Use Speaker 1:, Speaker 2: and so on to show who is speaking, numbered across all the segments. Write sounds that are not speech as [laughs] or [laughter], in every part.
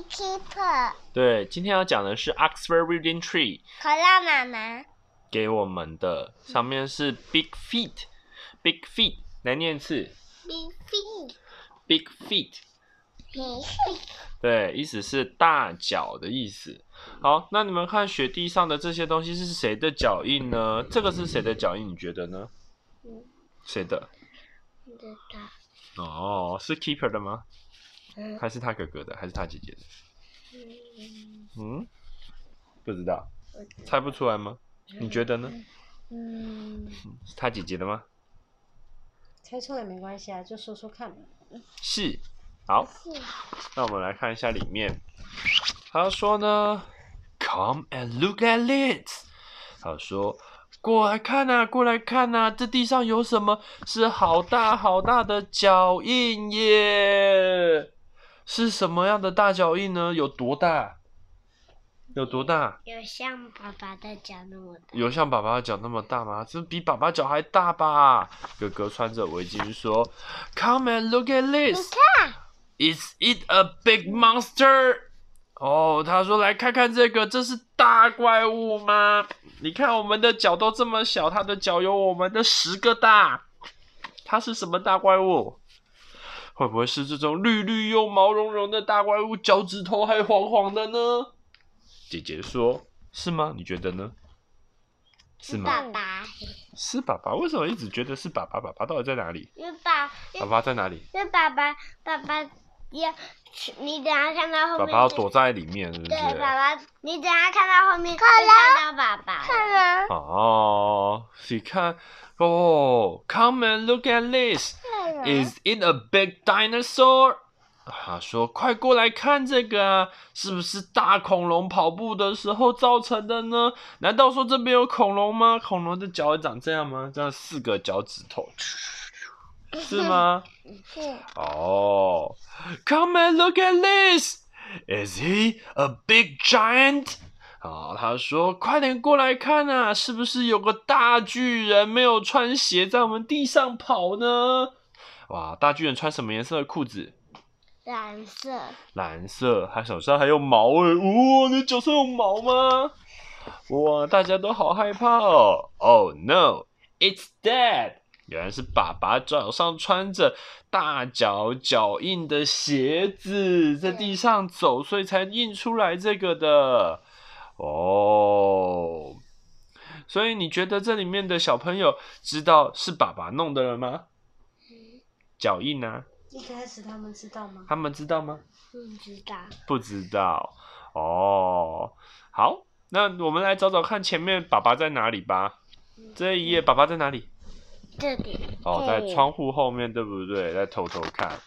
Speaker 1: Keeper，
Speaker 2: 对，今天要讲的是 Oxford Reading Tree
Speaker 1: 可乐妈妈，
Speaker 2: 给我们的，上面是 Big Feet，Big Feet 来念一次
Speaker 1: 米菲，
Speaker 2: Big Feet，
Speaker 1: 米菲，
Speaker 2: 对，意思是大脚的意思。好，那你们看雪地上的这些东西是谁的脚印呢？这个是谁的脚印？你觉得呢
Speaker 1: 嗯？
Speaker 2: 谁的？
Speaker 1: 不知道，
Speaker 2: 哦，是 Keeper 的吗？
Speaker 1: 嗯
Speaker 2: 还是他哥哥的？还是他姐姐的？
Speaker 1: 嗯，
Speaker 2: 嗯，不知道，
Speaker 1: 我知
Speaker 2: 猜不出来吗？你觉得呢？
Speaker 1: 嗯，
Speaker 2: 是他姐姐的吗？
Speaker 3: 猜错也没关系啊，就说说看嘛。
Speaker 2: 是。好，
Speaker 1: 是
Speaker 2: 那我们来看一下里面。他说呢，Come and look at it。他说，过来看呐、过来看呐、这地上有什么？是好大好大的脚印耶！是什么样的大脚印呢？有多大？有多大？
Speaker 1: 有像爸爸的脚那么大，
Speaker 2: 有像爸爸的脚那么大吗？这比爸爸脚还大吧？哥哥穿着围巾说：“Come and look at
Speaker 1: 你
Speaker 2: this.
Speaker 1: 看，
Speaker 2: Is it a big monster？” 哦，他说：“来看看这个，这是大怪物吗？你看我们的脚都这么小，它的脚有我们的十个大。它是什么大怪物？会不会是这种绿绿又毛茸茸的大怪物，脚趾头还黄黄的呢？”姐姐说：“是吗？你觉得呢？是吗？”
Speaker 1: 爸爸，
Speaker 2: 是爸爸，为什么一直觉得是爸爸？爸爸到底在哪里？
Speaker 1: 因为爸，因
Speaker 2: 爸
Speaker 1: 为
Speaker 2: 爸在哪里？
Speaker 1: 因为爸爸，爸爸要，你等下看到后
Speaker 2: 爸
Speaker 1: 面，
Speaker 2: 爸要躲在里面，是不是？
Speaker 1: 对，爸爸，你等下看到后面就看到爸爸了。
Speaker 3: 看啊，
Speaker 2: 哦，你看，哦，Come and look at this. Is it a big dinosaur？他说：“快过来看这个啊，是不是大恐龙跑步的时候造成的呢？难道说这边有恐龙吗？恐龙的脚会长这样吗？这样四个脚趾头，是吗？”
Speaker 1: 是
Speaker 2: 哦，Come and look at this. Is he a big giant? 啊，他说：“快点过来看啊，是不是有个大巨人没有穿鞋在我们地上跑呢？”哇，大巨人穿什么颜色的裤子？
Speaker 1: 蓝色，
Speaker 2: 蓝色，他手上还有毛哎、哇、你脚上有毛吗？哇，大家都好害怕哦。Oh no, it's dad！原来是爸爸脚上穿着大脚脚印的鞋子，在地上走，所以才印出来这个的。哦，所以你觉得这里面的小朋友知道是爸爸弄的了吗？脚印啊，
Speaker 3: 一开始他们知道吗？
Speaker 2: 他们知道吗？
Speaker 1: 不
Speaker 3: 嗯
Speaker 1: 知道。
Speaker 2: 不知道哦。好，那我们来找找看前面爸爸在哪里吧。这一页爸爸在哪里？
Speaker 1: 这里
Speaker 2: 哦，在
Speaker 1: 对
Speaker 2: 窗户后面，对不对？在偷偷看。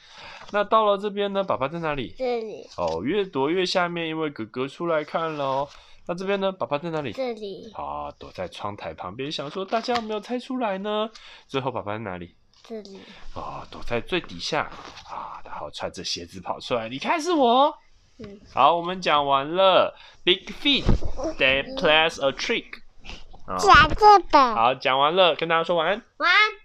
Speaker 2: 那到了这边呢，爸爸在哪里？
Speaker 1: 这里，
Speaker 2: 哦，越躲越下面，因为哥哥出来看了哦。那这边呢，爸爸在哪里？
Speaker 1: 这里，
Speaker 2: 啊，躲在窗台旁边，想说大家有没有猜出来呢？最后爸爸在哪里？
Speaker 1: 这里，
Speaker 2: 啊，躲在最底下啊，然后穿着鞋子跑出来，你看是我。
Speaker 1: 嗯，
Speaker 2: 好，我们讲完了。Big feet,
Speaker 1: [laughs]
Speaker 2: they plays a trick。啊，
Speaker 1: 这本，
Speaker 2: 好，讲完了，跟大家说晚安。
Speaker 1: 晚安。